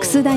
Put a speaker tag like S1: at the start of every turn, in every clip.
S1: 楠田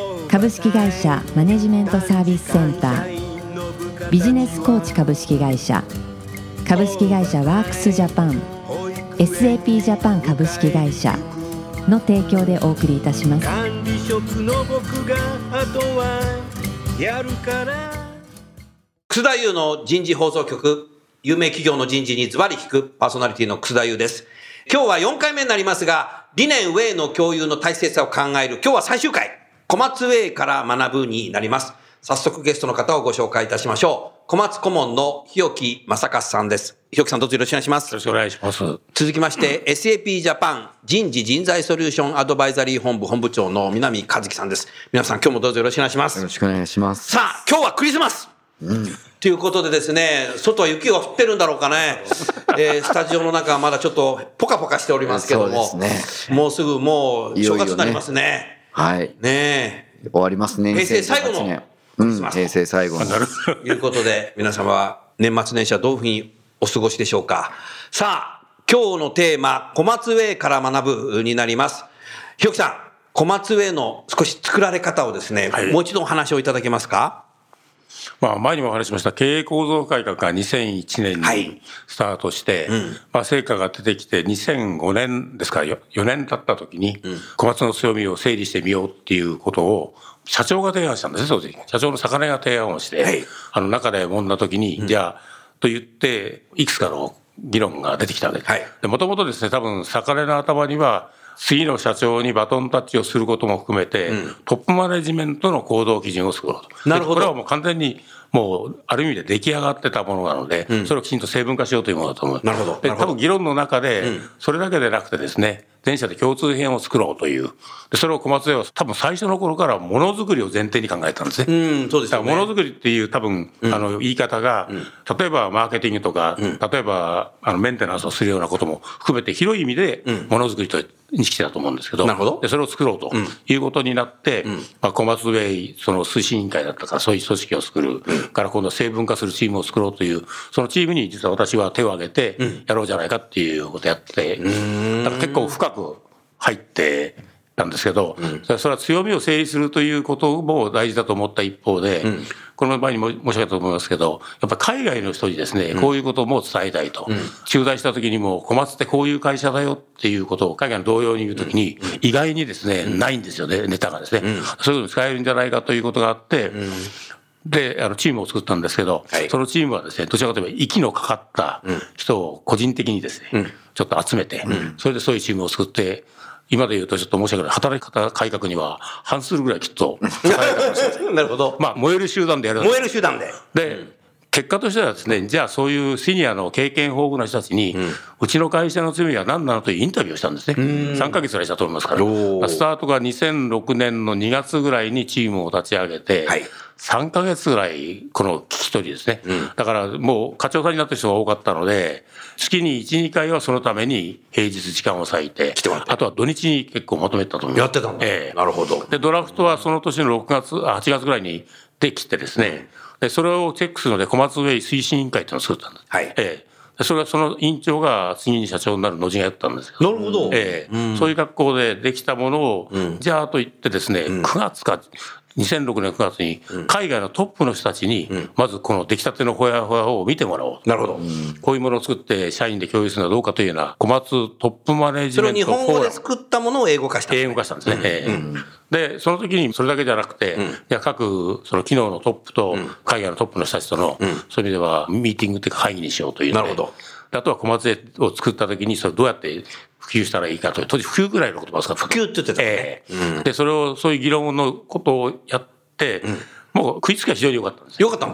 S1: 株式会社マネジメントサービスセンタービジネスコーチ株式会社株式会社ワークスジャパン SAP ジャパン株式会社の提供でお送りいたします
S2: 管理職の僕があとはやるから
S3: 楠田優の人事放送局、有名企業の人事にズバリ聞くパーソナリティの楠田優です。今日は4回目になりますが、理念ウェイの共有の大切さを考える、今日は最終回、小松ウェイから学ぶになります。早速ゲストの方をご紹介いたしましょう。小松顧問の日置正和さんです。日置さんどうぞよろしくお願いします。
S4: よろしくお願いします。
S3: 続きまして、SAP ジャパン人事人材ソリューションアドバイザリー本部本部長の南和樹さんです。皆さん今日もどうぞよろしくお願いします
S5: よろ。しくお願いします。
S3: さあ、今日はクリスマス、ということでですね、外は雪が降ってるんだろうかね。えースタジオの中はまだちょっとポカポカしておりますけども、
S5: そうです
S3: もうすぐもう
S5: いよ
S3: 正
S5: いよね
S3: 月になりますね。
S5: はい。
S3: ね
S5: 終わりますね。
S3: 平成最後の
S5: 2018年うん、平成最後の。
S3: え。ということで、皆様は年末年始はどういうふうにお過ごしでしょうか。さあ、今日のテーマ、小松ウェイから学ぶになります。ひよきさん、小松ウェイの少し作られ方をですね、
S4: はい
S3: もう一度お話をいただけますか。
S4: まあ、前にもお話ししました経営構造改革が2001年
S3: はい
S4: にスタートして、
S3: ん
S4: まあ、成果が出てきて2005年ですからよ4年経った時に小松の強みを整理してみようっていうことを社長が提案したんですね当時社長の魚屋が提案をして、
S3: はい
S4: あの中で揉んだ時に、じゃあと言っていくつかの議論が出てきたわけです。
S3: はい
S4: で、もともとですね、多分、魚の頭には、次の社長にバトンタッチをすることも含めて、トップマネジメントの行動基準を作ろうと。
S3: なるほど
S4: でこれはもう完全に、もう、ある意味で出来上がってたものなので、それをきちんと成分化しようというものだと思う。
S3: なるほど
S4: で、
S3: なるほ
S4: 多
S3: ど
S4: 分議論の中で、それだけでなくてですね、全社で共通編を作ろうという。で、それを小松江は多分最初の頃からものづくりを前提に考えたんですね。
S3: うん、そうです
S4: だ
S3: よ
S4: か
S3: ね。
S4: らものづくりっていう多分、あの言い方が、例えばマーケティングとか、例えばあのメンテナンスをするようなことも含めて広い意味でものづくりと認識だと思うんですけど
S3: なるほど
S4: でそれを作ろうということになって、まあ、小松ウェイその推進委員会だったからそういう組織を作る、から今度は成分化するチームを作ろうというそのチームに実は私は手を挙げてやろうじゃないかっていうことをやって、だから結構深く入ってたんですけど、それそれは強みを整理するということも大事だと思った一方で、この前にも申し上げたと思いますけど、やっぱり海外の人にですね、こういうことも伝えたいと。駐在した時にも、小松ってこういう会社だよっていうことを海外の同様に言う時に、意外にですね、ないんですよね、ネタがですね。そういうのに使えるんじゃないかということがあって、で、あの、チームを作ったんですけど、
S3: はい
S4: そのチームはですね、どちらかといえば息のかかった人を個人的にですね、ちょっと集めて、それでそういうチームを作って、今で言うとちょっと申し訳ない、働き方改革には反するぐらいき っと、
S3: なるほど。
S4: まあ、燃える集団でやる
S3: 燃える集団で。
S4: で、結果としてはですね、じゃあそういうシニアの経験豊富な人たちに、うちの会社の強みは何なのというインタビューをしたんですね。3ヶ月ぐらいしたと思いますから。
S3: おー
S4: スタートが2006年の2月ぐらいにチームを立ち上げて、
S3: はい
S4: 3ヶ月ぐらい、この聞き取りですね。だからもう課長さんになった人が多かったので、月に1、2回はそのために平日時間を割いて、
S3: てもらって
S4: あとは土日に結構まとめてたと思いま
S3: や
S4: す。
S3: ってたんだ。
S4: ええ
S3: なるほど。
S4: で、ドラフトはその年の6月、あ8月ぐらいにできてですね、で、それをチェックするので、小松ウェイ推進委員会っていうのを作ったんです。
S3: はい
S4: ええでそれはその委員長が次に社長になる野地がやったんですけど。
S3: なるほど。
S4: ええそういう格好でできたものを、じゃあと言ってですね、9月か、2006年9月に、海外のトップの人たちに、まずこの出来たてのほやほやを見てもらおう。
S3: なるほど。
S4: こういうものを作って、社員で共有するのはどうかというような、小松トップマネージ
S3: それを
S4: メ
S3: 日
S4: ント
S3: 本
S4: フォー
S3: 語
S4: ラム
S3: で作ったものを英語化した。
S4: 英語化したんですね。ええで、その時にそれだけじゃなくて、いや各その機能のトップと海外のトップの人たちとの、そういう意味ではミーティングっていうか会議にしようというので、
S3: なるほど
S4: であとは小松江を作った時にそれどうやって普及したらいいかという、当時普及ぐらいの言葉を使った。
S3: 普及って言ってたね
S4: ええで、それを、そういう議論のことをやって、もう食いつきは非常に良かったんですよ。
S3: よかったも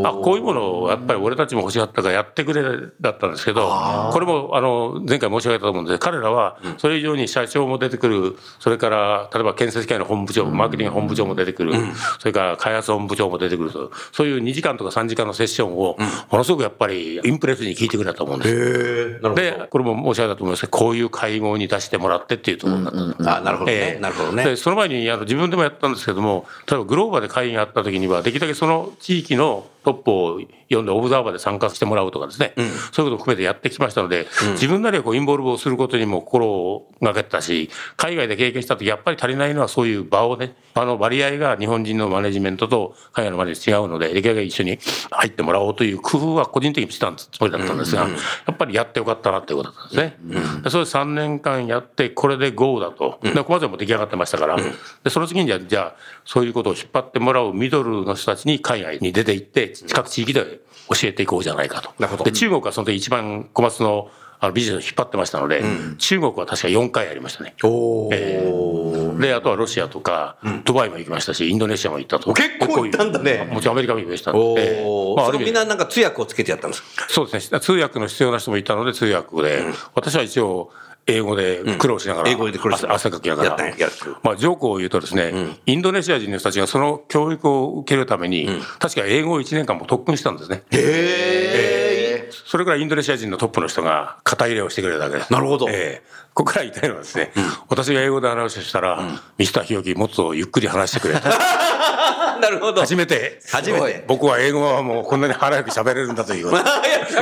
S3: ん。
S4: あこういうものをやっぱり俺たちも欲しがったからやってくれだったんですけど、これもあの前回申し上げたと思うんですけど、彼らはそれ以上に社長も出てくる、それから例えば建設機械の本部長、マーケティング本部長も出てくる、それから開発本部長も出てくると、そういう2時間とか3時間のセッションを、ものすごくやっぱりインプレスに聞いてくれたと思うんですよ。
S3: なるほ
S4: で、これも申し上げたと思いますけど、こういう会合に出してもらってっていうところだったと思います
S3: ど。あ、なるほど
S4: え
S3: ね。
S4: え
S3: なるほどね
S4: で。その前にあの自分でもやったんですけども例えばグローバで会議があった時にはできるだけその地域のトップを呼んでオブザーバーで参加してもらうとかですね、そういうことを含めてやってきましたので、自分なりはこうインボルブをすることにも心がけてたし海外で経験したとやっぱり足りないのはそういう場をねあの割合が日本人のマネジメントと海外のマネジメント違うのでできるだけ一緒に入ってもらおうという工夫は個人的にしたつもりだったんですが、やっぱりやってよかったなっていうことだったんですね。でそれ3年間やってこれで GO だと、でここまでも出来上がってましたから、でその次にじゃあじゃあそういうことを引っ張ってもらうミドルの人たちに海外に出て行って近く地域で教えていこうじゃないかと。
S3: なるほど
S4: で中国はその時一番小松のあのビジネスを引っ張ってましたので、中国は確か4回やりましたね。
S3: お
S4: え
S3: ー。
S4: で、あとはロシアとか、ドバイも行きましたし、インドネシアも行ったと。
S3: 結構行ったんだね
S4: 結構行もちろんアメリカも行きました。
S3: お
S4: ええ
S3: ー。
S4: まあ、あ
S3: そ
S4: る
S3: れ
S4: 意
S3: みん
S4: 味
S3: ななんか通訳をつけてやったんですか
S4: そうですね。通訳の必要な人もいたので、通訳で、私は一応、英語で苦労しながら、
S3: 英語で苦労しなが
S4: 汗
S3: ら
S4: 汗かきなが
S3: やったんや
S4: ら
S3: やった、
S4: まあ、ジョークを言うとですね、インドネシア人の人たちがその教育を受けるために、確か英語を1年間も特訓したんですね。
S5: え
S4: それぐらいインドネシア人のトップの人が肩入れをしてくれるだけです。
S3: なるほど
S4: ええここから言いたいのはですね、私が英語で話をしたら、ミスターヒヨキもっとゆっくり話してくれ と。
S3: なるほど。
S4: 初めて、
S3: 初めて。
S4: 僕は英語はもうこんなに腹よく喋れるんだという。
S3: 早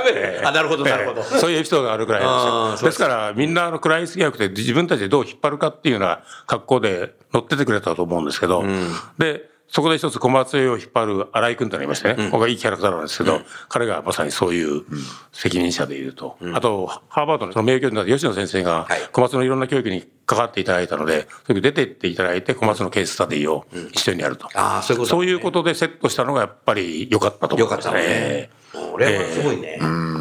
S3: く喋れ。 あ、なるほど、なるほど。
S4: ええ そういうエピソードがあるくらいなん
S3: あー
S4: です
S3: そうで
S4: よ。ですすから、みんなあの食らいすぎなくて、自分たちでどう引っ張るかっていうような格好で乗っててくれたと思うんですけど、で、そこで一つ小松江を引っ張る荒井君となりましてね、僕はいいキャラクターなんですけど、彼がまさにそういう責任者でいると。あと、ハーバードのその名教授になった吉野先生が
S3: はい、
S4: 小松のいろんな教育に関わっていただいたので、そういう出てっていただいて、小松のケーススタディを一緒にやると。
S3: ああ、そういうこと。
S4: そういうことでセットしたのがやっぱり良かったと思
S3: よ
S4: い
S3: かっ
S4: ます
S3: た
S4: ね。
S3: ね。これはすごいね。うん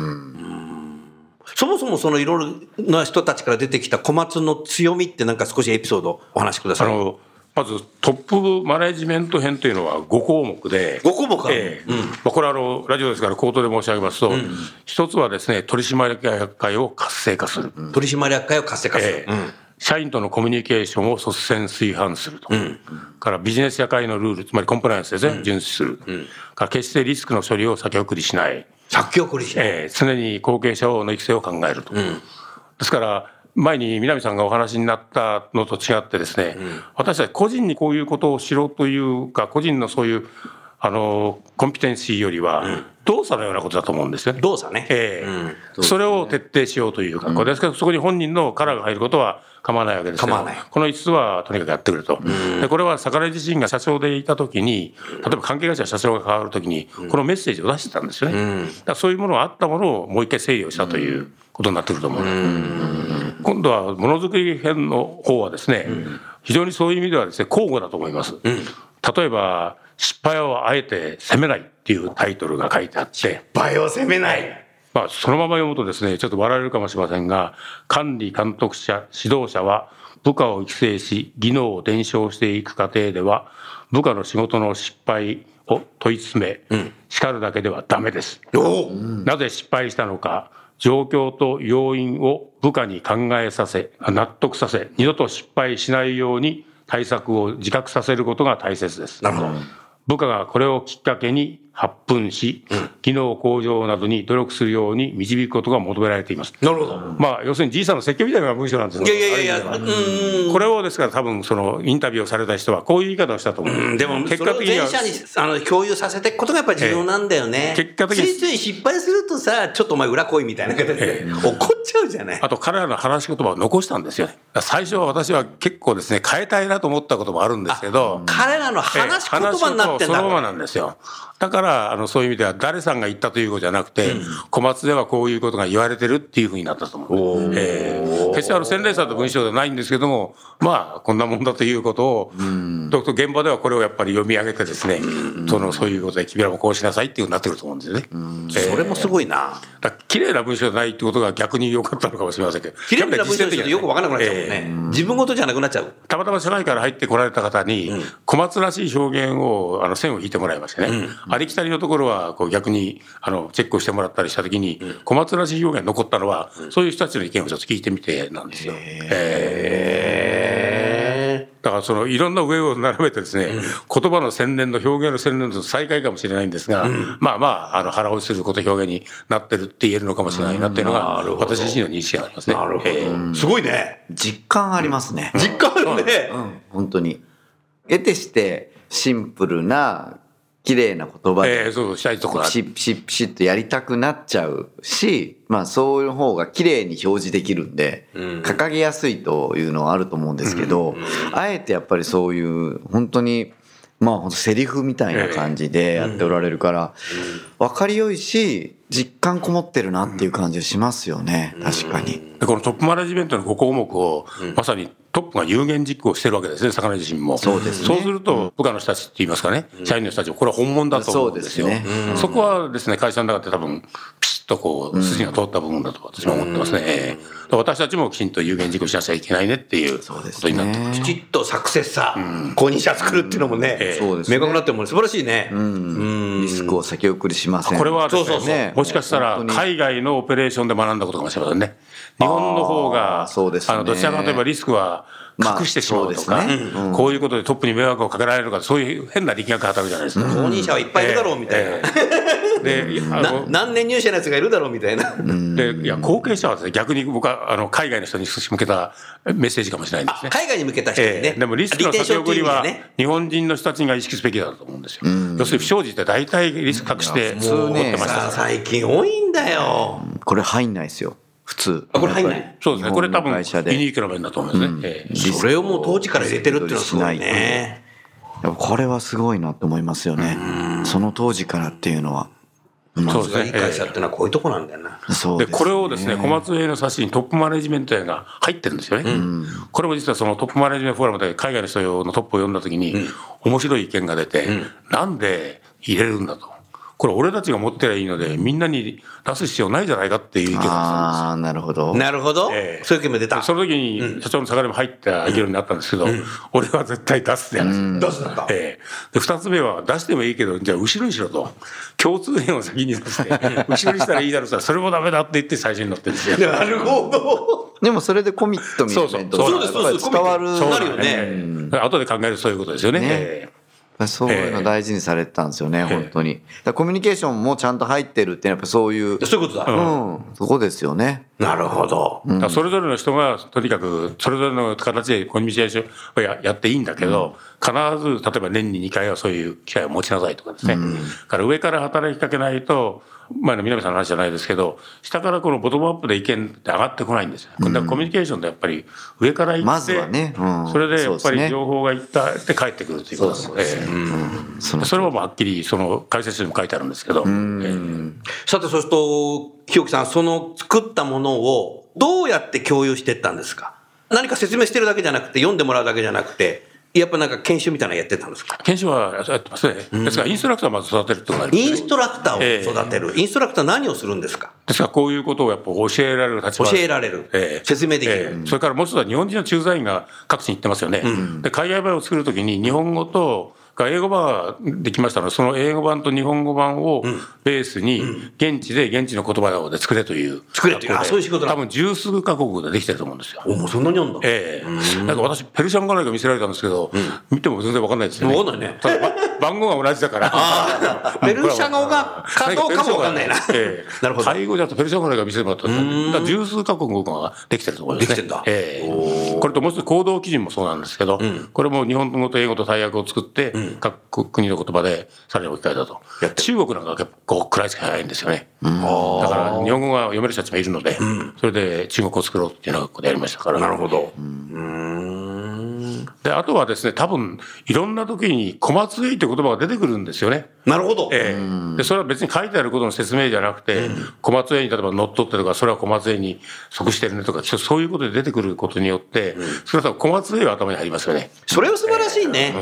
S3: そもそもそのいろいろな人たちから出てきた小松の強みってなんか少しエピソードお話しくだ
S4: あ
S3: さい。
S4: のまずトップマネジメント編というのは5項目で、
S3: 5項目ある
S4: ええまあ、これはあのラジオですから、口頭で申し上げますと、一つはですね取締役会を活性化する、
S3: 取締役会を活性化する
S4: え。え社員とのコミュニケーションを率先垂範すると、からビジネス社会のルール、つまりコンプライアンスですね、遵守する、から決してリスクの処理を先送りしない、
S3: 作曲を繰りしない
S4: ええ常に後継者の育成を考えると。ですから前に南さんがお話になったのと違ってですね、私たち個人にこういうことをしろというか個人のそういうあのコンピテンシーよりは動作のようなことだと思うんですよね。
S3: 動作ね。
S4: ええ
S3: うん
S4: それを徹底しようという格好ですけど、そこに本人のカラーが入ることは構わないわけですけど
S3: 構わない
S4: この5つはとにかくやってくると、でこれは桜井自身が社長でいたときに、例えば関係会社、社長が変わるときに、このメッセージを出してたんですよね、だからそういうものがあったものをもう一回整理をしたということになってくると思う、今度はものづくり編の方はですね、非常にそういう意味ではですね交互だと思います、例えば「失敗をあえて責めない」っていうタイトルが書いてあって。
S3: 倍を責めない。
S4: まあ、そのまま読むとですね、ちょっと笑えるかもしれませんが、管理監督者、指導者は部下を育成し、技能を伝承していく過程では、部下の仕事の失敗を問い詰め、叱るだけではダメです。
S3: おう
S4: なぜ失敗したのか、状況と要因を部下に考えさせ、納得させ、二度と失敗しないように対策を自覚させることが大切です
S3: な。るほど。
S4: 部下がこれをきっかけに発奮し、技能向上などに努力するように導くことが求められています。
S3: なるほど。
S4: まあ、要するにじいさんの説教みたいな文章なんです
S3: い
S4: け
S3: や
S4: ど
S3: いやいやいや、うん。
S4: これをですから多分そのインタビューをされた人はこういう言い方をしたと思う、
S3: でも、結
S4: 結果
S3: 果
S4: 的
S3: 的
S4: に
S3: に
S4: は
S3: 全社にあの共有させていくことがやっぱり重要なんだよね。
S4: ええ結果的に
S3: ついつい失敗するとさ、ちょっとお前裏来いみたいな形で、怒っちゃうじゃない。
S4: あと彼らの話し言葉を残したんですよね最初は私は結構ですね変えたいなと思ったこともあるんですけど
S3: 彼らの話し言葉になってんだ
S4: ええ話し言葉をそのままなんですよ。だから、あの、そういう意味では、誰さんが言ったということじゃなくて、小松ではこういうことが言われてるっていうふうになったと思う。ええ決してあの、洗練された文章ではないんですけども、まあ、こんなもんだということを、とと現場ではこれをやっぱり読み上げてですね、その、そういうことで、君らもこうしなさいっていうふうになってくると思うんですよね。ええ
S3: それもすごいな。
S4: だから綺麗な文章じゃないってことが逆に良かったのかもしれませんけど。
S3: 綺麗な文章
S4: やっぱり実践
S3: で
S4: 的
S3: 言う
S4: には
S3: と
S4: ね
S3: よく分からなくなっちゃうもん
S4: ええ
S3: ね。自分事じゃなくなっちゃう。
S4: たまたま社内から入ってこられた方に、小松らしい表現をあの線を引いてもらいましてね、ありきたりのところはこう逆にあのチェックをしてもらったりしたときに、小松らしい表現が残ったのは、そういう人たちの意見をちょっと聞いてみてなんですよ。ええだからそのいろんな上を並べてですね、言葉の洗練の表現の洗練の再開かもしれないんですが、まあまああの腹落ちすること表現になってるって言えるのかもしれないなっていうのが、
S6: うんなるほど
S4: 私自身の認識がありますね。ええ
S3: すごいね。
S6: 実感ありますね。
S3: 実感あるね
S6: う。ん、本当に。得てして、シンプルな、綺麗な言葉
S4: え
S6: で
S4: え、そうそうしたいところ
S6: ピシッピシッピシッとやりたくなっちゃうし、まあそういう方が綺麗に表示できるんで、掲げやすいというのはあると思うんですけど、あえてやっぱりそういう、本当に、まあ本当セリフみたいな感じでやっておられるから、分かりよいし、実感こもってるなっていう感じはしますよね。確かに。
S4: でこのトップマネジメントの5項目を、まさにトップが有言実行してるわけですね、魚自身も。そう
S6: ですね
S4: そうすると、部下の人たちって言いますかね、社員の人たちも、これは本物だと思うんですよ。
S6: そ
S4: そう
S6: ですね
S4: こはですね、会社の中で多分、ピシッとこう、筋が通った部分だと私も思ってますね。ええ私たちもきちんと有言実行しなきゃいけないねっていうこ
S6: そうで
S4: と
S6: す
S4: になって
S6: ね
S3: き。ちっとサクセッサー、購入者作るっていうのもね、
S6: そうですね
S3: 明確になってるもんね素晴らしいね。
S6: リスクを先送りしません。
S4: これはですね
S3: そうそうそう
S4: もしかしたら
S6: 本当に
S4: 海外のオペレーションで学んだことかもしれませんね。日本の方
S6: あ
S4: が、
S6: ーそうですね
S4: あのどちらかといえばリスクは
S6: まあ
S4: 隠してしまうとか、
S6: そうですねうん
S4: こういうことでトップに迷惑をかけられるとか、そういう変な力学が働くじゃないですか。
S3: 購入者はいっぱいいるだろうみたいな。
S4: で、いやあ
S3: な
S4: の
S3: 何年入社のやつがいるだろうみたいな。
S4: でいや後継者はですね逆に僕はあの海外の人に向けたメッセージかもしれないんです
S3: あ
S4: ね。
S3: 海外に向けた人にね。
S4: ええでもリスク
S3: リ
S4: の
S3: テンシ
S4: 先
S3: ョンって
S4: 送
S3: いう
S4: り
S3: 意味
S4: は
S3: でね。
S4: 日本人の人たちが意識すべきだと思うんですよ。要するに不祥事って大体リスク隠して起
S6: 通
S4: こっ
S6: ね
S4: てましたから
S3: さあ最近多いんだよ。
S6: これ入んないですよ。普通。
S3: あこれ入んない
S6: やっぱり
S4: そうですね、これ多分ユニ
S6: 会社で。やっ
S4: ークな面だと思うんですね。ええ
S3: それをもう当時から入れてるっていうのはすごいね。
S6: ぱこれはすごいなと思いますよね。その当時からっていうのは。
S4: そう
S3: そ
S4: です
S3: れがい
S4: ね
S3: い。会社ってのはこういうとこなんだよな。
S6: そう
S4: で
S6: です、ね。
S4: これをですね、小松栄の冊子にトップマネジメントやが入ってるんですよね。これも実はそのトップマネジメントフォーラムで海外の人用のトップを読んだときに、面白い意見が出て、なんで入れるんだと。これ俺たちが持ってりゃいいので、みんなに出す必要ないじゃないかっていう意見が出たんですよ
S6: ああ、なるほど。
S3: なるほど。
S4: ええ
S3: そういう意見も出た。
S4: その時に社長の下がりも入った議論になったんですけど、俺は絶対出すじゃないですか。
S3: どうすんだった
S4: ええ、で2つ目は出してもいいけどじゃあ後ろにしろと共通点を先に出して後ろにしたらいいだろうさそれもダメだって言って最初に乗ってるんですよ。
S3: なるほど。
S6: でもそれでコミットメント
S4: そうそう
S6: が
S4: そうで
S6: やっぱ
S4: す
S6: り伝わる。
S3: そう
S6: や
S3: な
S6: っ
S3: るよね。
S4: ええ後で考えるとそういうことですよね。
S6: ね
S4: え
S6: ぱりそういうの大事にされてたんですよね、本当に。だからコミュニケーションもちゃんと入ってるって、やっぱそういう、
S3: そういうことだ。
S6: うん、そこですよね。
S3: なるほど。
S4: えだからそれぞれの人がとにかくそれぞれの形でコミュニケーションをややっていいんだけど、必ず例えば年に2回はそういう機会を持ちなさいとかですね、だから上から働きかけないと前の南さんの話じゃないですけど下からこのボトムアップで意見って上がってこないんですよ。だからコミュニケーションでやっぱり上から行って、
S6: まずはねうん
S4: それでや
S6: そう
S4: っぱ
S6: です
S4: り
S6: ね
S4: 情報がいったって帰ってくるということです
S6: そう
S4: え
S6: です
S4: え
S6: その
S4: それはもうはっきりその解説書にも書いてあるんですけど、ええ
S3: さて、そうすると、日置さん、その作ったものをどうやって共有していったんですか何か説明してるだけじゃなくて、読んでもらうだけじゃなくて、やっぱなんか研修みたいなのやってたんですか
S4: 研修はやってますね。ですからインストラクターをまず育てるってことなんです
S3: イ
S4: ね
S3: ンストラクターを育てる。インストラクター何をするんですか
S4: ですからこういうことをやっぱ教えられる立場
S3: 教
S4: で
S3: えられる。説明でき
S4: え
S3: る。
S4: えそれからもう一つは日本人の駐在員が各地に行ってますよね。で海外版を作るときに日本語とが英語版ができましたので、その英語版と日本語版をベースに、現地で現地の言葉で作れという。
S3: 作れという
S4: 学校で
S3: あそういう仕事な
S4: 多
S3: の
S4: 分十数カ国でできてると思うんですよ。
S3: お、もうそんなに読んだ。
S4: ええなんか私、ペルシャンか何か見せられたんですけど、見ても全然わかんないですよね。
S3: わかんないね
S4: ただば番号が同じだ から。
S3: ペルシャ語がかどうかもわかんないな。
S4: ええ
S3: なるほど
S4: タイ語だとペルシャ語なんか見せてもらったんですよだから十数カ国語ができてると思いますね。
S3: できてんだ
S4: ええこれともう一つ行動基準もそうなんですけど、これも日本語と英語と大訳を作って、各国の言葉でさらに置き換えたと。中国なんか結構食らいつき早いんですよね。だから日本語が読める人たちもいるので、それで中国を作ろうっていうのがここでやりましたから。なるほど。で、あとはですね、多分、いろんな時に小松いって言葉が出てくるんですよね。
S3: なるほど。
S4: ええ、でそれは別に書いてあることの説明じゃなくて、小松絵に例えば乗っ取ってとか、それは小松絵に即してるねとか、そそういうことで出てくることによって、少なくとも小松絵は頭に入りますよね。
S3: それは素晴らしいね。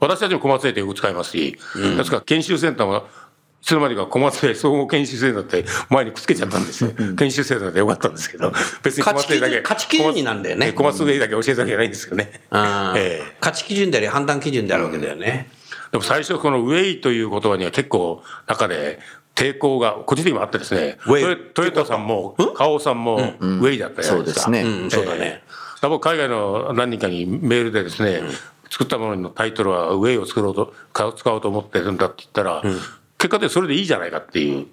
S4: 私たちも小松絵ってよく使いますし、ですから研修センターもいつの間にか小松江総合研修生だって前にくっつけちゃったんですよ。研修生だってよかったんですけど、別に小松江だけ。
S3: 価値基準価値基準になんだよね
S4: 小松江だけ教えたわけじゃないんですよね。
S3: うん
S4: ええ
S3: 価値基準であり判断基準であるわけだよね。
S4: でも最初このウェイという言葉には結構中で抵抗が個人的にもあってですね。
S3: ウ
S4: ト
S3: ェイ
S4: ヨトヨタさんも、カオさんもウェイだったじゃないですか。
S6: そうですね
S3: うん、そうだね。
S4: 多分海外の何人かにメールでですね、作ったもののタイトルは「ウェイを作ろうとか使おうと思ってるんだ」って言ったら、結果でそれでいいじゃないかっていう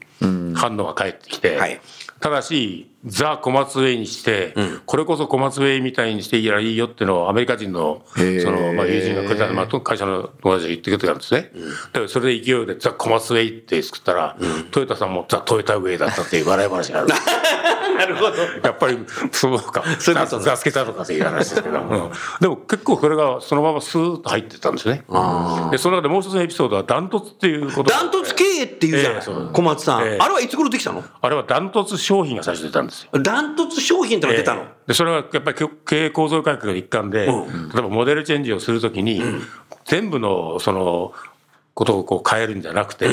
S4: 反応が返ってきて、
S3: はい
S4: ただし「ザ・小松ウェイ」にして、これこそ小松ウェイみたいにしていやいいよっていうのをアメリカ人のそ
S6: へー
S4: の、まあ、友人がくれた、まあ、と会社の友達が言ってくれたんですね、でそれで勢いで「ザ・小松ウェイ」って作ったら、トヨタさんも「ザ・トヨタウェイ」だったっていう笑い話がある。
S3: なるほど。
S4: やっぱりそうか、
S3: そういう
S4: ざ
S3: ことね
S4: ざつけたとかっていう話ですけど、うんでも結構それがそのままスーッと入ってったんですね。で、その中でもう一つのエピソードはダントツっていうこと
S3: ダントツ経営っていうじゃな
S4: ええそう
S3: い、小松さん。
S4: ええ
S3: あれはいつ頃できたの
S4: あれはダントツ商品が最初出たんですよ。
S3: ダントツ商品ってのが出たの。
S4: でそれはやっぱりきょ経営構造改革の一環で、
S3: うん
S4: 例えばモデルチェンジをするときに、全部のそのことをこう変えるんじゃなくて、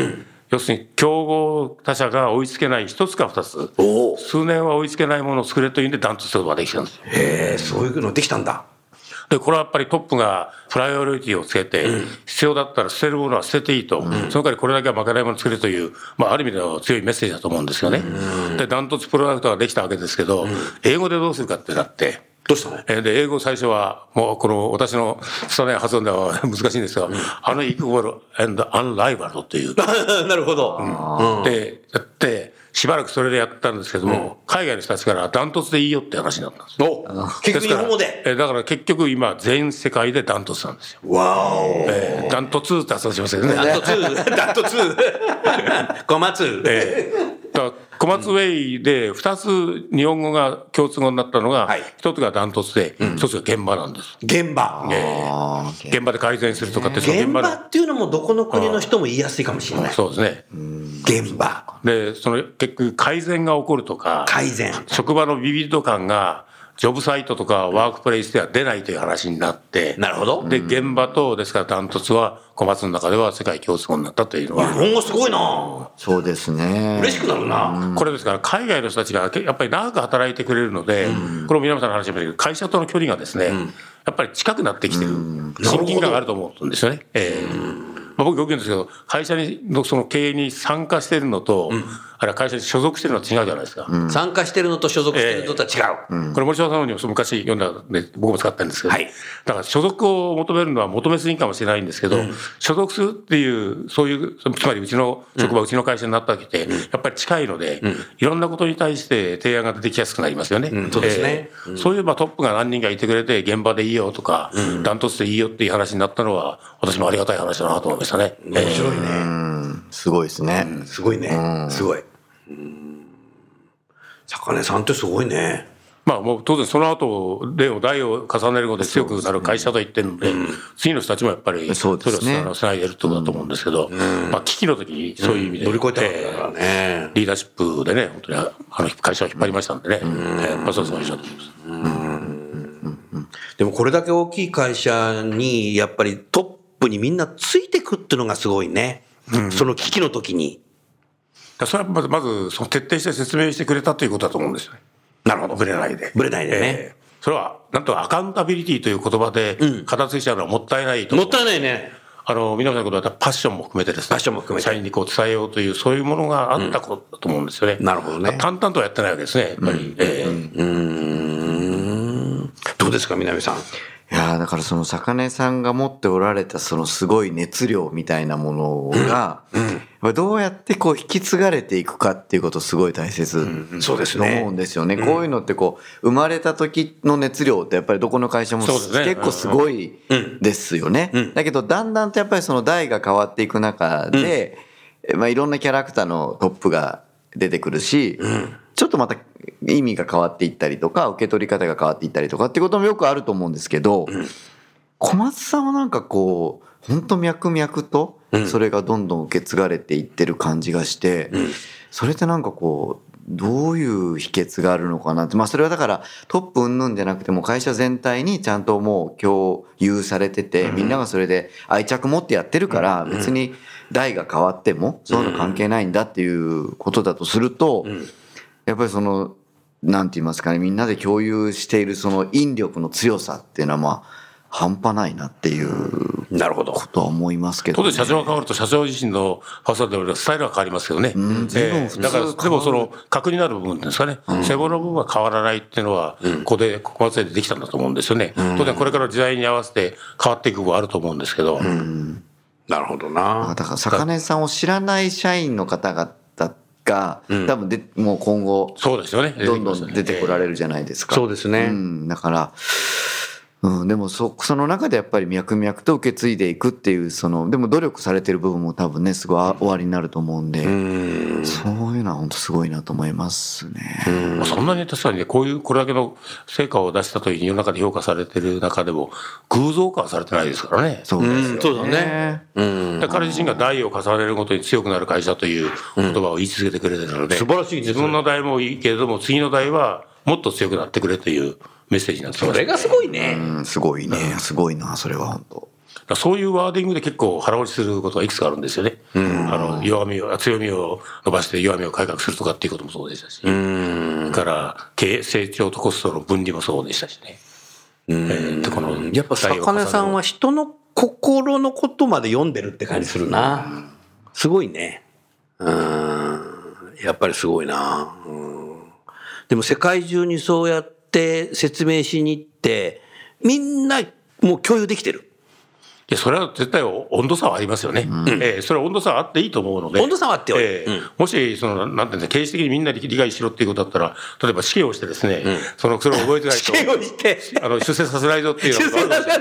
S4: 要するに競合他社が追いつけない一つか二つ、
S3: おお。
S4: 数年は追いつけないものを作れというんで、ダントツということができたんですよ。
S3: へえ、そういうのできたんだ。
S4: で、これはやっぱりトップがプライオリティをつけて、必要だったら捨てるものは捨てていいと、その代わりこれだけはまかないものを作るという、まあ、ある意味での強いメッセージだと思うんですよね。で、ダントツプロダクトができたわけですけど、英語でどうするかってなって、
S3: どうしたの
S4: えーで、英語最初は、もうこの私の拙い発音では難しいんですが、あのイクボルアンドアンライバルという、
S3: なるほど。
S4: で、やって、しばらくそれでやったんですけども、海外の人たちからダントツでいいよって話になったんです。
S3: お結局
S4: す
S3: 日
S4: から
S3: 本語で。
S4: えーだから結局今全世界でダントツなんですよ。
S3: わお。
S4: えーダントツーって発音しますよね。
S3: ダントツー、 ダントツー。 小松。
S4: えーだから小松ウェイで2つ日本語が共通語になったのが、
S3: はい
S4: 1つがダントツで、1つが現場なんです。
S3: 現場。
S4: え
S6: あー
S4: ー現場で改善するとかって、その
S3: 現
S4: 現場
S3: 場
S4: の。
S3: っていうのもどこの国の人も言いやすいかもしれない。
S4: そうですね。
S3: 現場。
S4: で、その結局改善が起こるとか、
S3: 改善。
S4: 職場のビビッド感が、ジョブサイトとかワークプレイスでは出ないという話になって、
S3: なるほど。
S4: で、現場と、ですからダントツは小松の中では世界共通語になったというのは
S3: 日、本語すごいな
S6: そうですね
S3: 嬉しくなるな
S4: これですから、海外の人たちがけやっぱり長く働いてくれるので、これも南さんの話でもいいけど、会社との距離がですね、やっぱり近くなってきてる、親近感があると思うんですよね。ええまあ、僕よく言うんですけど、会社にのその経営に参加してるのと、あるいは会社に所属してるのは違うじゃないですか。
S3: 参加してるのと所属してるのとは違う。
S4: これ森島さんの方にも昔読んだんで僕も使ったんですけど、
S3: はい
S4: だから所属を求めるのは求めすぎかもしれないんですけど、所属するっていうそういうつまりうちの職場、うちの会社になったわけで、やっぱり近いので、いろんなことに対して提案が出てきやすくなりますよね。
S3: んそうですね
S4: えーそういうまあトップが何人かいてくれて現場でいいよとか、ダントツでいいよっていう話になったのは私もありがたい話だなと思いましたね。え
S3: 面
S4: ー
S3: 白いね。
S6: すごいですね、
S3: すごいね。すごい。うん坂根さんってすごいね。
S4: まあもう当然その後、例を代を重ねることで強くなる会社と言ってるので、次の人たちもやっぱり、
S6: そうですね
S4: れをつないでるってことだと思うんですけど、まあ危機の時にそういう意味で、
S3: 乗り越えたわけ
S4: え
S3: だから
S4: ー
S3: ね。
S4: リーダーシップでね、本当にあの会社を引っ張りましたんでね、えーまあそうですそうです
S3: でもこれだけ大きい会社に、やっぱりトップにみんなついてくってのがすごいね。その危機の時に。
S4: だからそれはまず、まずその徹底して説明してくれたということだと思うんですよね。なるほど。ぶれないで。
S3: ぶれないでね
S4: えーそれは、なんとかアカウンタビリティという言葉で
S3: うん、
S4: 片付いちゃうのはもったいないと思
S3: もっ
S4: う
S3: たいないね。
S4: あの、皆さんのことだったらパッションも含めてですね。
S3: パッションも含めて
S4: 社員にこう伝えようという、そういうものがあったことだと思うんですよね。
S3: なるほどね
S4: 淡々とはやってないわけですね、やっぱり。ええ
S3: うーん。どうですか、南さん。
S6: いやーだからその坂根さんが持っておられたそのすごい熱量みたいなものが、やっぱどうやってこう引き継がれていくかっていうことすごい大切
S3: そうです
S6: と
S3: ね
S6: 思うんですよね。こういうのってこう生まれた時の熱量ってやっぱりどこの会社も
S4: そうですね
S6: 結構すごいですよね。だけどだんだんとやっぱりその代が変わっていく中で、まあいろんなキャラクターのトップが出てくるし、ちょっとまた意味が変わっていったりとか受け取り方が変わっていったりとかってこともよくあると思うんですけど、小松さんはなんかこう本当脈々とそれがどんどん受け継がれていってる感じがして、それってなんかこうどういう秘訣があるのかなって、まあ、それはだからトップ云々じゃなくても会社全体にちゃんともう共有されてて、みんながそれで愛着持ってやってるから、別に代が変わってもそういうの関係ないんだっていうことだとすると、やっぱりそのなんて言いますかねみんなで共有しているその引力の強さっていうのはまあ半端ないなっていう
S3: なるほど。
S6: ことは思いますけど、
S4: 当
S6: ね。
S4: 然社長が変わると社長自身のファーストでスタイルは変わりますけどね、
S6: ん随分
S4: ええ
S6: 普通
S4: だか
S6: 変わ
S4: ら
S6: る
S4: でもその核になる部分ですかね、背後の部分は変わらないっていうのは、ここでここまででできたんだと思うんですよね、当然これから時代に合わせて変わっていく部分はあると思うんですけど、
S3: なるほど
S6: あ
S3: な。
S6: だから坂根さんを知らない社員の方々が、
S3: ん
S6: 多分でもう今後
S4: そうですよね
S6: どんどん出てこられるじゃないですか。
S3: そうですね。
S6: うん、だから、うん、でもそその中でやっぱり脈々と受け継いでいくっていうそのでも努力されてる部分も多分ねすごい終わりになると思うんで、
S3: うん。
S6: そういうのは本当すごいなと思いますね。
S4: まあそんなに確かにね、こういう、これだけの成果を出したという世の中で評価されてる中でも、偶像化はされてないですからね。
S6: そうですよ
S3: うんそうだね。うん。
S4: で彼自身が代を重ねることに強くなる会社という言葉を言い続けてくれてるので、
S3: 素晴らしいですね
S4: 自分の代もいいけれども、次の代はもっと強くなってくれというメッセージになって
S3: そ
S4: ます。
S3: れがすごいね。
S6: うん、すごいね、すごいな、それは本当。
S4: だからそういうワーディングで結構腹落ちすることがいくつかあるんですよね。あの弱みを強みを伸ばして弱みを改革するとかっていうこともそうでしたし、だから経営成長とコストの分離もそうでしたしね。えーでこの
S3: やっぱ坂根さんは人の心のことまで読んでるって感じするな。すごいね。うん。やっぱりすごいな。うんでも世界中にそうやって説明しに行って、みんなもう共有できてる。
S4: いや、それは絶対温度差はありますよね。ええそれは温度差はあっていいと思うので。
S3: 温度差はあってはいい
S4: ええもし、その、なんていうんですか、経営的にみんなで理解しろっていうことだったら、例えば試験をしてですね、その、それを覚え てないと、
S3: 共有して。
S4: あの、出世させないぞっていうのがあるんですよ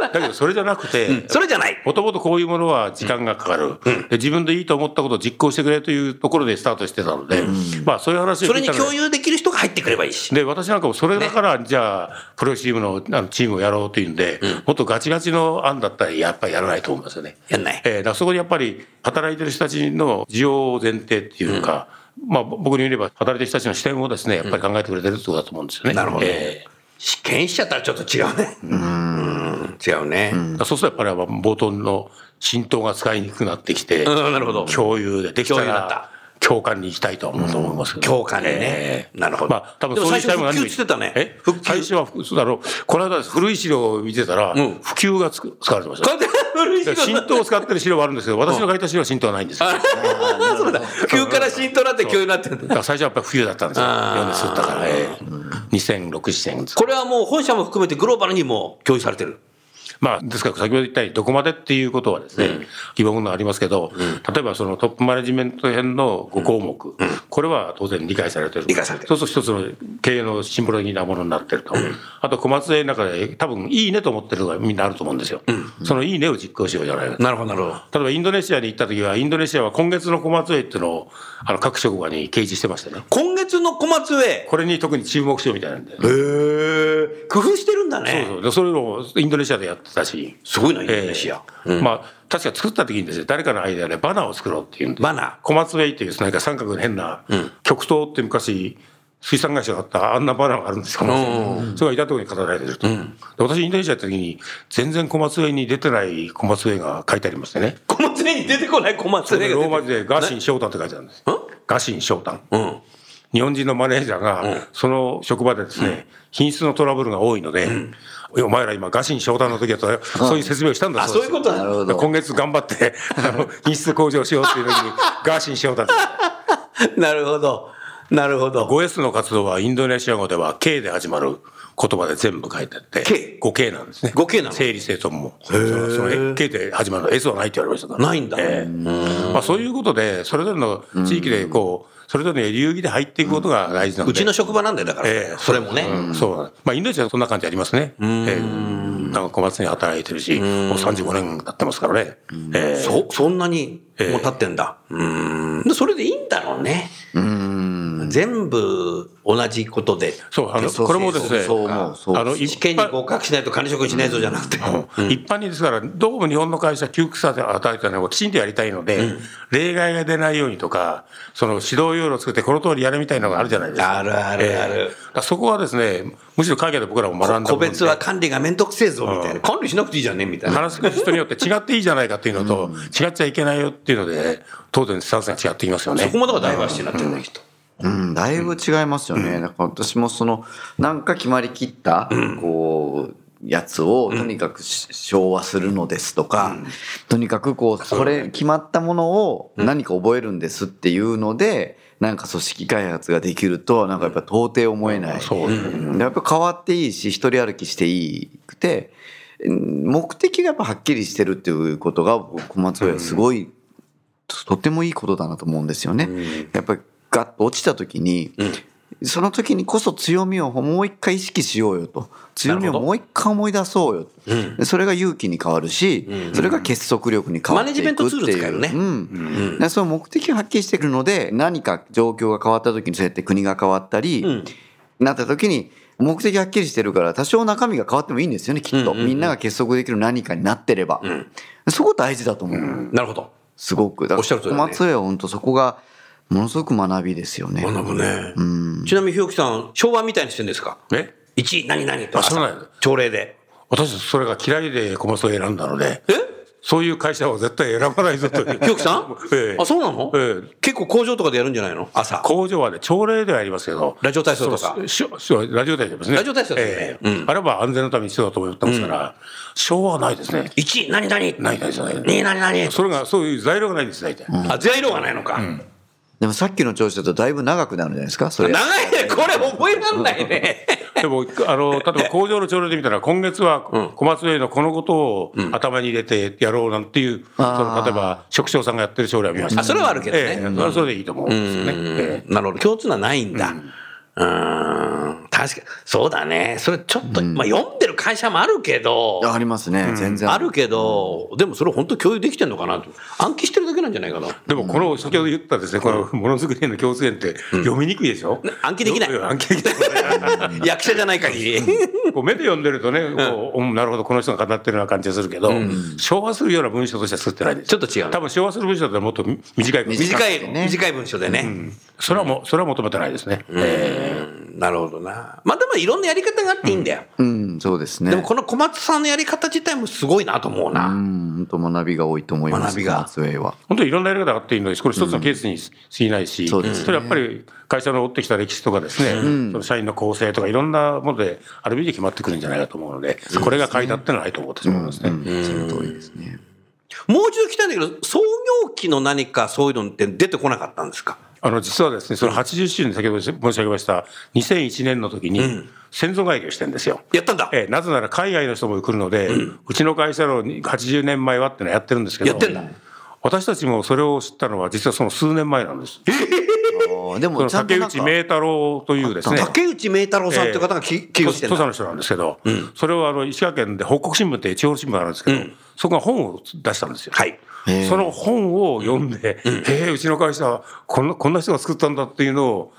S4: だけど、それじゃなくて、
S3: それじゃない。
S4: もともとこういうものは時間がかかる、で自分でいいと思ったことを実行してくれというところでスタートしてたので、まあそういう話を
S3: そ
S4: 聞
S3: れ
S4: い
S3: に
S4: たので
S3: 共有できる人が入ってくればいいし。
S4: で私なんかもそれだから、じゃあプロチームのあのチームをやろうというんで、もっとガチガチの案だったらやっぱりやらないと思いますよね。
S3: やんない
S4: えーだからそこでやっぱり働いてる人たちの需要を前提っていうか、まあ、ぼ僕に言えれば働いてる人たちの視点をですねやっぱり考えてくれてるってことだと思うんですよね。
S3: なるほど
S4: えー
S3: 試験しちゃったらちょっと違うね。うん。違うね。
S4: だからそうするとやっぱり冒頭の浸透が使いにくくなってきて、
S3: うんなるほど
S4: 共有でできた
S3: 共有だった
S4: ら共感に行きたいと思うと思いますけど、
S3: 共感にね
S4: ええ
S3: なるほど
S4: まあ多分そういう時代も何
S3: でも最初復旧してたね
S4: え
S3: 復旧
S4: 最初は復旧だろうこの間古い資料を見てたら、
S3: うん
S4: 普及がつく使われてました
S3: こうやって古い仕事
S4: 浸透を使ってる資料はあるんですけど私の書いた資料は浸透はないんですよだか
S3: そうだ。急から浸透になって急になってるんだ。
S4: ら最初はやっぱり冬だったんですよ
S3: あー
S4: 読んですったから、ええ2006、7年
S3: これはもう本社も含めてグローバルにも共有されてる。
S4: まあ、ですから先ほど言ったようにどこまでっていうことはですね、疑問がありますけど、例えばそのトップマネジメント編の5項目、これは当然理解されてる。
S3: 理解されてる
S4: そうすると一つの経営のシンボル的なものになってると。あと小松絵の中で多分いいねと思ってるのがみんなあると思うんですよ。そのいいねを実行しようじゃないかと。
S3: なるほど、なるほど。
S4: 例えばインドネシアに行った時は、インドネシアは今月の小松絵っていうのをあの各職場に掲示してましたね。
S3: 今月の小松上、
S4: これに特に注目しようみたいなんで。
S3: 工夫してるんだ
S4: そう
S3: ね。
S4: そう。でそれをインドネシアでやってたし。
S3: すごいな、インドネシア。
S4: ええまあ、確か作った時にですね、誰かのアイデアでバナーを作ろうっていうんで、
S3: バナー
S4: 小松ウェイという、なんか三角の変な、極東って昔、水産会社があったあんなバナーがあるんです小松ウェイそれが至るところに飾られてると、で私インドネシア行った時に全然小松ウェイに出てない小松ウェイが書いてありましてね
S3: 小松上に出てこない小松
S4: ロ
S3: 上が出
S4: ー
S3: て
S4: マ字でガシン翔太って書いてあるんですガシン翔太
S3: うん。
S4: 日本人のマネージャー
S3: うん
S4: が、その職場でですね、品質のトラブルが多いので、お前ら今、ガシン商談の時だと、そういう説明をしたんだ
S3: あ、そういうことな
S6: なる
S3: の
S6: ほ
S4: で
S6: ど。
S4: 今月頑 張って、あの、品質向上しようっていう時に、ガーシンしようだと。
S3: なるほど。なるほど。
S4: 5S の活動はインドネシア語では K で始まる言葉で全部書いてあって、
S3: K
S4: ?5K なんですね。
S3: 5K なの
S4: 整理整頓も。そのその K で始まるの S はないって言われましたから。
S3: ないんだ
S4: ええまあそういうことで、それぞれの地域でこう、それぞれの流儀で入っていくことが大事なの
S3: う
S4: で。
S3: ちの職場なんだよ、だから。
S4: ええ
S3: それもね。
S4: うんそうなんですまあ、インドネシアはそんな感じありますね。えーなんか小松に働いてるし、もう35年経ってますからね。えー
S3: そ、そんなに、
S4: ええ
S3: もう立ってんだ。うん。それでいいんだろうね。
S6: うん
S3: 全部、同じことで。
S4: そうあ
S6: そ
S4: の
S6: うそう
S4: これもですね
S6: そう思うそう
S4: あの
S3: 試験に合格しないと管理職にしないぞじゃなくて。
S4: うん一般にですから、どうも日本の会社、窮屈さを与えたのをきちんとやりたいので、例外が出ないようにとか、その指導要領を作って、この通りやれみたいなのがあるじゃないですか。
S3: あるあるある
S4: ええだからそこはですね、むしろ影で僕らも学んだもんで
S3: 個別は管理がめんどくせえぞみたいな。管理しなくていいじゃんねみたいな。
S4: 話す人によって違っていいじゃないかっていうのと、違っちゃいけないよっていうので、当然スタンスが違ってきますよね。
S3: そこもだからダイバーシティになってるんだきっと。
S6: うん、だいぶ違いますよね。だから私もその、なんか決まりきった、こう、やつをとにかくし昭和するのですとか、とにかくこう、これ決まったものを何か覚えるんですっていうので、なんか組織開発ができると、なんかやっぱ到底思えない。
S4: そう
S6: うんやっぱ変わっていいし、一人歩きしていいくて、うん目的がやっぱはっきりしてるっていうことが、僕小松上はすごい、とてもいいことだなと思うんですよね。やっぱりガッと落ちた時に、その時にこそ強みをもう一回意識しようよと強みをもう一回思い出そうよ、でそれが勇気に変わるし、それが結束力に変わっていく
S3: マネジ
S6: っていう
S3: メントツール使えるね
S6: うんだからその目的をはっきりしてるので何か状況が変わった時にそうやって国が変わったり、なった時に目的はっきりしてるから多少中身が変わってもいいんですよねきっと、みんなが結束できる何かになってれば、そこ大事だと思う、
S3: なるほど。
S6: すごくだ
S3: お
S6: か
S3: っしゃ
S6: ら
S3: る通
S6: 小
S3: りだね
S6: 松江は本当そこがものすごく学びですよね。
S3: 学ぶね。ちなみにひよきさん、昭和みたいにしてるんですか
S4: ね
S3: ?1 位何々と
S4: あそうなんだ
S3: 朝朝礼で。
S4: 私、それが嫌いで小松を選んだので、そういう会社は絶対選ばないぞ という。
S3: ひよきさん
S4: ええ
S3: あ、そうなの
S4: ええ
S3: 結構工場とかでやるんじゃないの朝。
S4: 工場はね、朝礼ではありますけど、
S3: ラジオ体操とか
S4: そうししラジオ体操ですね。
S3: ラジオ体操ですね
S4: ええあれは安全のために必要だと思ってますから、昭和はないですね。
S3: 1位何々
S4: ないですね
S3: 2位何々
S4: それが、そういう材料がないんです、大体。
S3: あ、材料がないのか。
S6: でもさっきの調子だとだいぶ長くなるんじゃないですかそれ。
S3: 長いね、これ覚えらんないね。
S4: でも、あの、例えば工場の朝礼で見たら、今月は小松上のこのことを頭に入れてやろうなんていう、その例えば、職長さんがやってる朝礼は見ました。
S3: あそれはあるけどね
S4: ええそれ はそれでいいと思うんですよね。ええ
S3: なるほど、共通のはないんだ。うーん確かそうだねそれちょっと、まあ読んでる会社もあるけど
S6: ありますね、全然
S3: あるけど、でもそれ本当共有できてんのかなと暗記してるだけなんじゃないかな
S4: でも、この、先ほど言ったですね、このものづくりへの共通点って読みにくいでしょ、
S3: 暗記できない
S4: 暗記できない。
S3: 役者じゃない限り
S4: こう目で読んでるとね、こううんなるほど、この人が語ってるような感じがするけど、昭和するような文章としては作ってないです。
S3: ちょっと違う
S4: 多分昭和する文章だったらもっと短い。
S3: 短
S4: い。
S3: い、
S6: ね
S3: 短い文章でね、
S4: それはもう、それは求めてないですね。
S3: なるほどなまあでもいろんなやり方があっていいんだよ、
S6: うんそうですね。
S3: でもこの小松さんのやり方自体もすごいなと思うな、
S6: うん本当学びが多いと思いま
S3: 学
S6: す。
S3: びが
S6: 松江は。
S4: 本当にいろんなやり方があっていいのです、これ一つのケースに過ぎないし、
S6: そうですね
S4: れはやっぱり会社の追ってきた歴史とかですね、その社員の構成とかいろんなもので、ある意味で決まってくるんじゃないかと思うので、これが書いてあってのはないと思ってしまいますね。
S6: うんその通りですね。
S3: もう一度聞きたいんだけど創業期の何かそういうのって出てこなかったんですか
S4: あの実はですね、その80周年、先ほど申し上げました、2001年の時に、先祖外業してるんですよ。
S3: やったんだ
S4: ええ、なぜなら海外の人も来るので、うちの会社の80年前はってのはやってるんですけど、
S3: やってんだ
S4: 私たちもそれを知ったのは、実はその数年前なんです。
S6: あーで
S4: そ
S6: も
S4: の
S6: ちゃんと
S4: 竹
S6: なん
S4: 内
S6: か
S4: 明太郎というですね、
S3: 竹内明太郎さんっていう方がき起業してん
S4: 土
S3: だ
S4: 佐の人なんですけど、それをあの石川県で北国新聞って地方新聞があるんですけど、そこが本を出したんですよ。
S3: はい
S4: その本を読んで、えーうちの会社はこんな、こんな人が作ったんだっていうのを、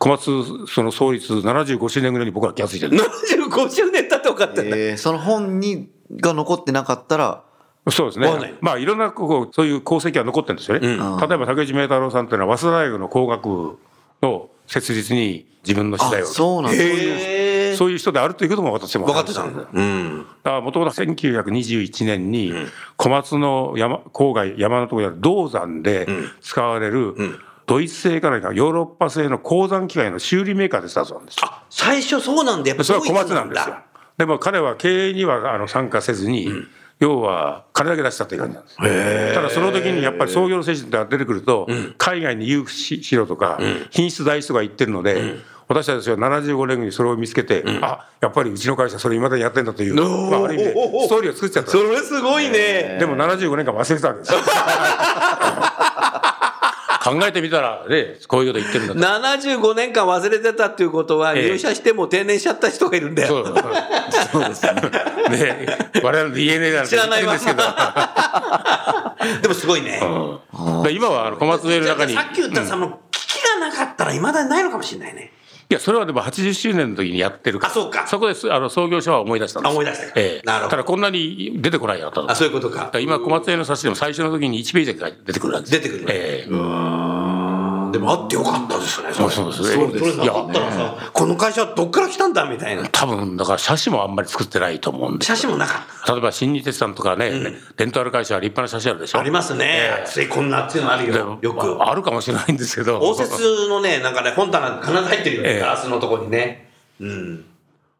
S4: 小松、その創立75周年ぐらいに僕は気がついてるんです
S3: 75周年経って分かったんだ、
S6: えーその本にが残ってなかったら、
S4: そうですね
S3: わかんない。
S4: まあ、いろんな、こう、そういう功績は残ってるんですよね。例えば、竹内明太郎さんというのは、早稲田大学の工学部の設立に自分の資材
S6: あ
S4: を。
S6: そうなんです。
S3: へー
S4: そういう人であるということも私も
S3: 分かってたん
S4: んです
S3: だ、うん、
S4: だから、もともと1921年に、小松の山、郊外、山のところにある銅山で使われる、ドイツ製からかヨーロッパ製の鉱山機械の修理メーカーでスタートなんですよ。
S3: あ最初そうなんだやっぱ
S4: でそれは
S3: ドイ
S4: 小
S3: ツ
S4: 松なんですよ。でも彼は経営にはあの参加せずに、要は金だけ出したっていう感じなんです。ただその時にやっぱり創業の精神が出てくると、海外に有志しろとか、品質大事とか言ってるので、私たちは75年にそれを見つけて、あやっぱりうちの会社それ未だにやってんだという、まあ、ある意味でストーリーを作っちゃった。
S3: それすごいね
S4: でも75年間忘れてたわけですよ。考えてみたら、ね、こういうこと言ってるんだと。
S3: 75年間忘れてたっていうことは
S4: ええ
S3: 入社しても定年しちゃった人がいるんだ
S4: そ
S3: よ、
S4: うそうですね。ね我々の DNA なんて
S3: 知らないわ
S4: 言ってるんですけ
S3: で
S4: ど。
S3: もすごいね、
S4: だから今はあの小松上の中に
S3: さっき言ったその危機がなかったらいまだにないのかもしれないね
S4: いや、それはでも80周年の時にやってるから。
S3: あそうか
S4: そこです、あの、創業者は思い出したんで
S3: あ
S4: す。
S3: 思い出したか
S4: ええ。
S3: なるほど
S4: ただこんなに出てこないよ、と。
S3: あそういうことか
S4: だら今、小松屋の冊子でも最初の時に1ページが出てくるわけで
S3: 出
S4: す。
S3: てくる
S4: ええ。
S3: でもあってよかったですね
S4: そうそうですね
S3: そうそれなかったらさ、この会社はどっから来たんだみたいな
S4: 多分、だから写真もあんまり作ってないと思う んで。
S3: 写真もなかっ
S4: 例えば、新日鉄さんとかね、レンタル会社は立派な写真あるでしょ。
S3: たありますね、
S4: ええ
S3: ついこんな熱いのある
S4: で
S3: よよく、
S4: まああるかもしれないんですけど。
S3: 応接のねなんかね本棚必ず入ってるよね、
S4: ええ
S3: ガラスのとこにねうん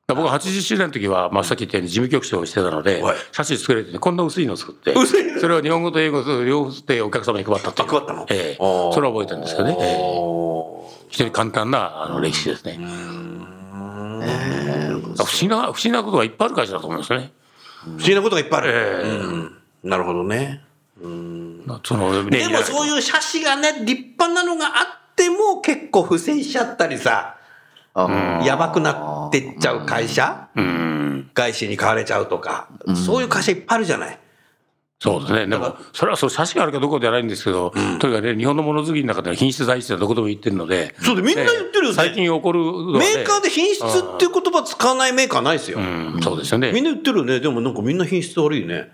S4: 僕は80周年の時は、まあ、さっき言ったように事務局長をしてたので
S3: はい、
S4: 写真作れて、こんな薄いの作って、
S3: 薄い
S4: それを日本語と英語と両方でお客様に配ったっていう。
S3: あ配ったの
S4: ええ
S3: あー
S4: それは覚えてるんですけどね。ええ
S3: お
S4: 非常に簡単なあの歴史ですね。
S3: ー
S4: 不思議な、不思議なことがいっぱいある会社だと思うんですね。
S3: 不思議なことがいっぱいある、
S4: ええ
S3: うんなるほどね
S4: その
S3: でもそう
S4: う。
S3: いう写真がね立派なのがあっても結構不正しちゃったりさ
S6: あ
S3: やばくなってっちゃう会社
S4: うん。
S3: 外資に買われちゃうとか、そういう会社いっぱいあるじゃない
S4: そうですね。でも、それはそう、写真があるかどうかではないんですけど、とにかくね、日本のものづくりの中では品質第一はどこでも言ってるので。
S3: そうでみんな言ってるよね
S4: 最近起こるのはね、
S3: メーカーで品質っていう言葉使わないメーカーないですよ、
S4: うん、そうですよね。
S3: みんな言ってるよねでもなんかみんな品質悪いね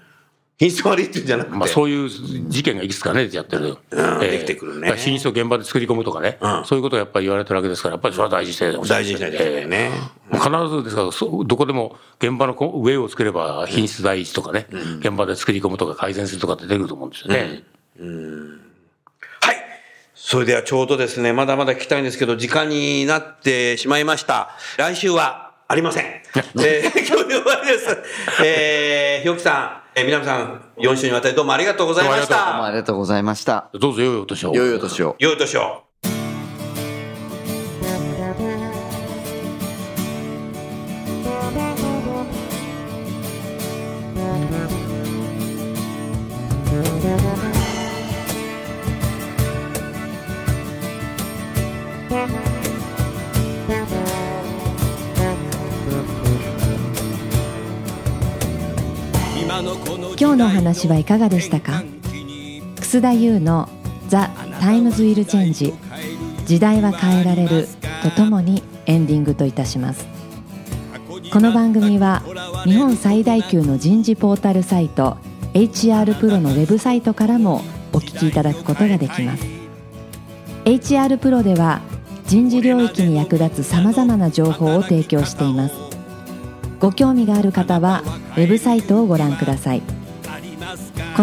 S3: 品質悪いって言うんじゃなくて、
S4: まあ、そういう事件がいくつかね、やってる、
S3: んできてくるね
S4: だから品質を現場で作り込むとかね、
S3: うん
S4: そういうことがやっぱり言われてるわけですから、やっぱりそれは大事にしてほしい
S3: 大事にしないといけない
S4: え
S3: ね、
S4: え必ずですから、そうどこでも現場のこう上を作れば品質第一とかね、現場で作り込むとか改善するとかって出てくると思うんですよね。
S3: はい。それではちょうどですね、まだまだ聞きたいんですけど、時間になってしまいました。来週はありま せん。えー、今日で終わりです。えー、ひょうきさん、えー、みなみさん、4週にわたりどうもありがとうございまし
S6: どうもあ
S3: た。
S6: りがとうございました。
S4: どうぞ良いお年を。
S6: 良いお年を。
S3: 良いお年を。
S1: 今日のお話はいかがでしたか楠田優の「ザ・タイムズ・ウィル・チェンジ時代は変えられる」とともにエンディングといたしますこの番組は日本最大級の人事ポータルサイト HR プロのウェブサイトからもお聞きいただくことができます HR プロでは人事領域に役立つさまざまな情報を提供していますご興味がある方はウェブサイトをご覧くださいこ